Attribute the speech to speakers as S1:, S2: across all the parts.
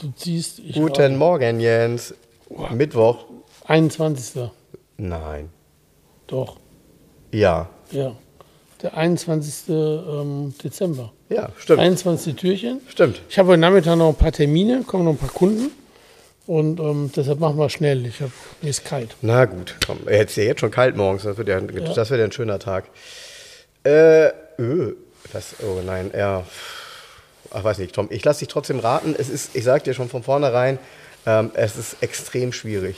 S1: Du ziehst. Ich
S2: Guten Morgen, Jens. Mittwoch?
S1: war- 21.
S2: Nein.
S1: Doch,
S2: Ja.
S1: ja. Der 21. ähm, Dezember.
S2: Ja, stimmt.
S1: 21. Türchen.
S2: Stimmt.
S1: Ich habe heute Nachmittag noch ein paar Termine, kommen noch ein paar Kunden. Und ähm, deshalb machen wir schnell. Ich hab, mir ist kalt.
S2: Na gut, komm. Jetzt ist ja jetzt schon kalt morgens. Das wird ja,
S1: Ja.
S2: Das wird ja ein schöner Tag. Äh, öh, das, oh nein, ja. Ach, weiß nicht, Tom. Ich lasse dich trotzdem raten. Es ist, ich sag dir schon von vornherein, ähm, es ist extrem schwierig.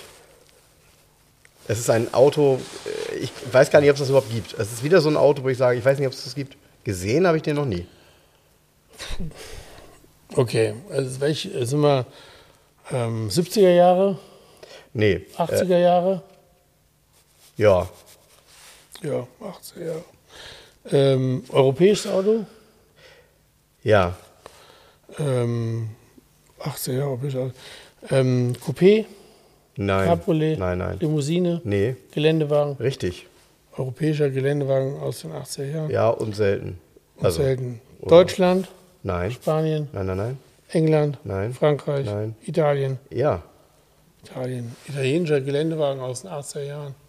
S2: Es ist ein Auto, äh, ich weiß gar nicht, ob es das überhaupt gibt. Es ist wieder so ein Auto, wo ich sage, ich weiß nicht, ob es das gibt. Gesehen habe ich den noch nie.
S1: Okay, also welch, sind wir ähm, 70er Jahre,
S2: Nee. äh,
S1: 80er Jahre?
S2: Ja.
S1: Ja, 80er Jahre. Ähm, europäisches Auto?
S2: Ja.
S1: Ähm, 80er Jahre, europäisches Auto. Ähm, Coupé?
S2: Nein.
S1: Cabriolet,
S2: Nein, nein.
S1: Limousine,
S2: Nee.
S1: Geländewagen,
S2: Richtig.
S1: europäischer Geländewagen aus den 80er Jahren.
S2: Ja und selten.
S1: Und
S2: Also,
S1: selten.
S2: oder-
S1: Deutschland,
S2: Nein.
S1: Spanien,
S2: Nein, nein, nein.
S1: England,
S2: Nein.
S1: Frankreich,
S2: Nein.
S1: Italien,
S2: Ja.
S1: Italien, italienischer Geländewagen aus den 80er Jahren.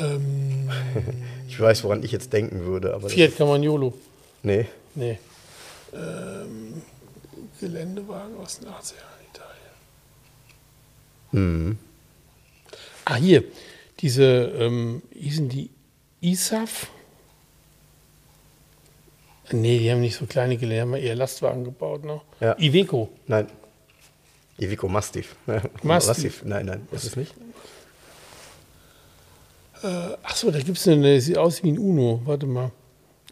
S1: Ähm,
S2: Ich weiß, woran ich jetzt denken würde, aber.
S1: Fiat Camagnolo,
S2: Das, nee.
S1: nee. Ähm, Geländewagen aus den 80er Jahren, Italien.
S2: Hm.
S1: Ah, hier, diese, ähm, hießen die ISAF? Nee, die haben nicht so kleine Gelände, haben eher Lastwagen gebaut, ne?
S2: Ja.
S1: Iveco.
S2: Nein. Ivico Mastiff. Mastiff. Nein, nein. Ist es nicht?
S1: Achso, Äh, da gibt es eine, sieht aus wie ein Uno, warte mal.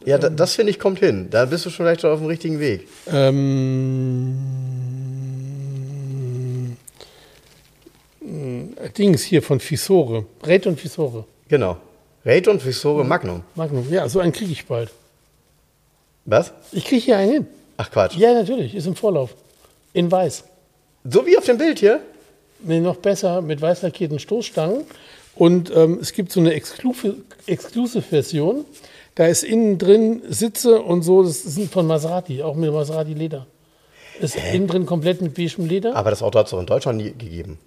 S2: Ja, da, das finde ich kommt hin. Da bist du schon vielleicht schon auf dem richtigen Weg.
S1: Ähm, äh, Dings hier von Fisore. Red und Fisore.
S2: Genau. Rayton Visore Magnum.
S1: Magnum. Ja, so einen kriege ich bald.
S2: Was?
S1: Ich kriege hier einen hin.
S2: Ach Quatsch.
S1: Ja, natürlich, ist im Vorlauf. In weiß.
S2: So wie auf dem Bild hier?
S1: Nee, noch besser mit weiß lackierten Stoßstangen. Und ähm, es gibt so eine Exclu- Exclusive-Version. Da ist innen drin Sitze und so. Das sind von Maserati, auch mit Maserati-Leder. Ist innen drin komplett mit beigem Leder.
S2: Aber das Auto hat es doch in Deutschland nie gegeben.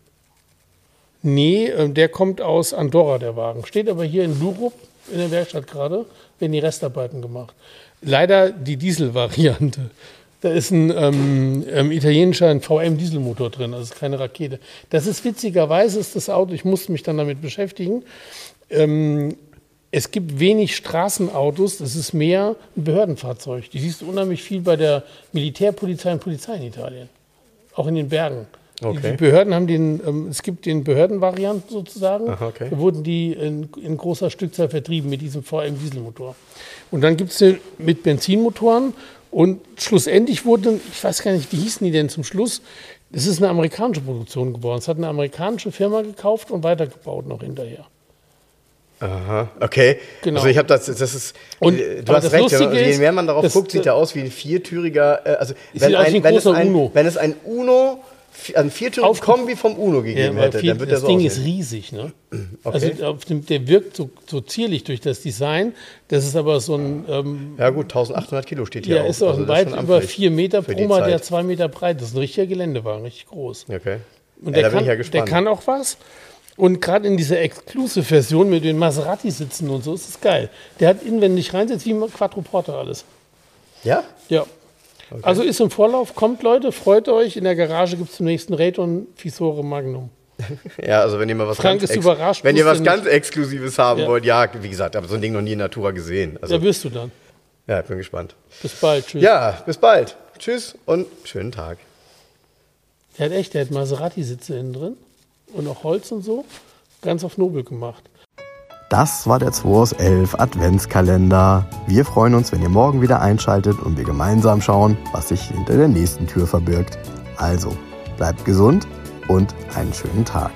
S1: Nee, ähm, der kommt aus Andorra, der Wagen. Steht aber hier in Lurup in der Werkstatt gerade, werden die Restarbeiten gemacht. Leider die Diesel-Variante. Da ist ein ähm, ähm, italienischer ein VM-Dieselmotor drin, also ist keine Rakete. Das ist witzigerweise ist das Auto, ich musste mich dann damit beschäftigen. Ähm, es gibt wenig Straßenautos, es ist mehr ein Behördenfahrzeug. Die siehst du unheimlich viel bei der Militärpolizei und Polizei in Italien auch in den Bergen. Die,
S2: Okay.
S1: die Behörden haben den, ähm, es gibt den Behördenvarianten sozusagen.
S2: Aha, okay.
S1: Da wurden die in, in großer Stückzahl vertrieben mit diesem VM-Dieselmotor. Und dann gibt es den mit Benzinmotoren und schlussendlich wurden, ich weiß gar nicht, wie hießen die denn zum Schluss? Das ist eine amerikanische Produktion geworden. Es hat eine amerikanische Firma gekauft und weitergebaut noch hinterher.
S2: Aha, okay.
S1: Genau.
S2: Genau. Also ich habe das, das ist,
S1: Und-
S2: äh, du
S1: aber das
S2: hast recht,
S1: Lustige
S2: je
S1: ist,
S2: mehr man darauf
S1: das-
S2: guckt, sieht er aus wie ein viertüriger, äh, also
S1: Es sieht aus wie ein
S2: wenn, es
S1: großer
S2: ein,
S1: Uno.
S2: wenn es ein Uno, vi- ein viertüriger
S1: Auf-
S2: Kombi vom Uno gegeben
S1: aber
S2: hätte,
S1: viel-
S2: dann wird der
S1: das
S2: so
S1: Ding ist
S2: aussehen. Mhm,
S1: riesig, ne?
S2: Okay.
S1: Also auf dem, der wirkt so, so zierlich durch das Design. Das ist aber so ein ähm,
S2: Ja gut, 1800 Kilo steht hier
S1: Ja,
S2: auch.
S1: ist auch
S2: Also
S1: ein
S2: das ist
S1: weit
S2: schon
S1: über
S2: amtlich
S1: vier Meter
S2: für
S1: pro
S2: die
S1: Mal, der
S2: Zeit.
S1: zwei Meter breit ist. Ein richtiger Geländewagen, richtig groß.
S2: Okay.
S1: Und der,
S2: ja, da bin
S1: kann,
S2: ich ja
S1: der
S2: gespannt.
S1: kann auch was. Und gerade in dieser Exclusive-Version mit den Maserati-Sitzen und so ist es geil. Der hat inwendig reinsetzt wie ein Quadroporter alles.
S2: ja?
S1: Ja. Also ist im Vorlauf, kommt Leute, freut euch. In der Garage gibt es zum nächsten Rayton Fisore Magnum.
S2: ja, also wenn ihr mal was
S1: Frank
S2: ganz
S1: ist
S2: ex-
S1: überrascht,
S2: wenn ihr
S1: wusste
S2: was
S1: nicht.
S2: ganz Exklusives haben
S1: Ja.
S2: wollt, ja, wie gesagt, habe so ein Ding noch nie in Natura gesehen. Also
S1: Da wirst du dann.
S2: ja, ich bin gespannt.
S1: Bis bald. Tschüss.
S2: Ja, bis bald. Tschüss und schönen Tag.
S1: Der hat echt, der hat Maserati-Sitze innen drin und auch Holz und so. Ganz auf Nobel gemacht.
S3: Das war der 2 aus 11 Adventskalender. Wir freuen uns, wenn ihr morgen wieder einschaltet und wir gemeinsam schauen, was sich hinter der nächsten Tür verbirgt. Also, bleibt gesund, und einen schönen Tag.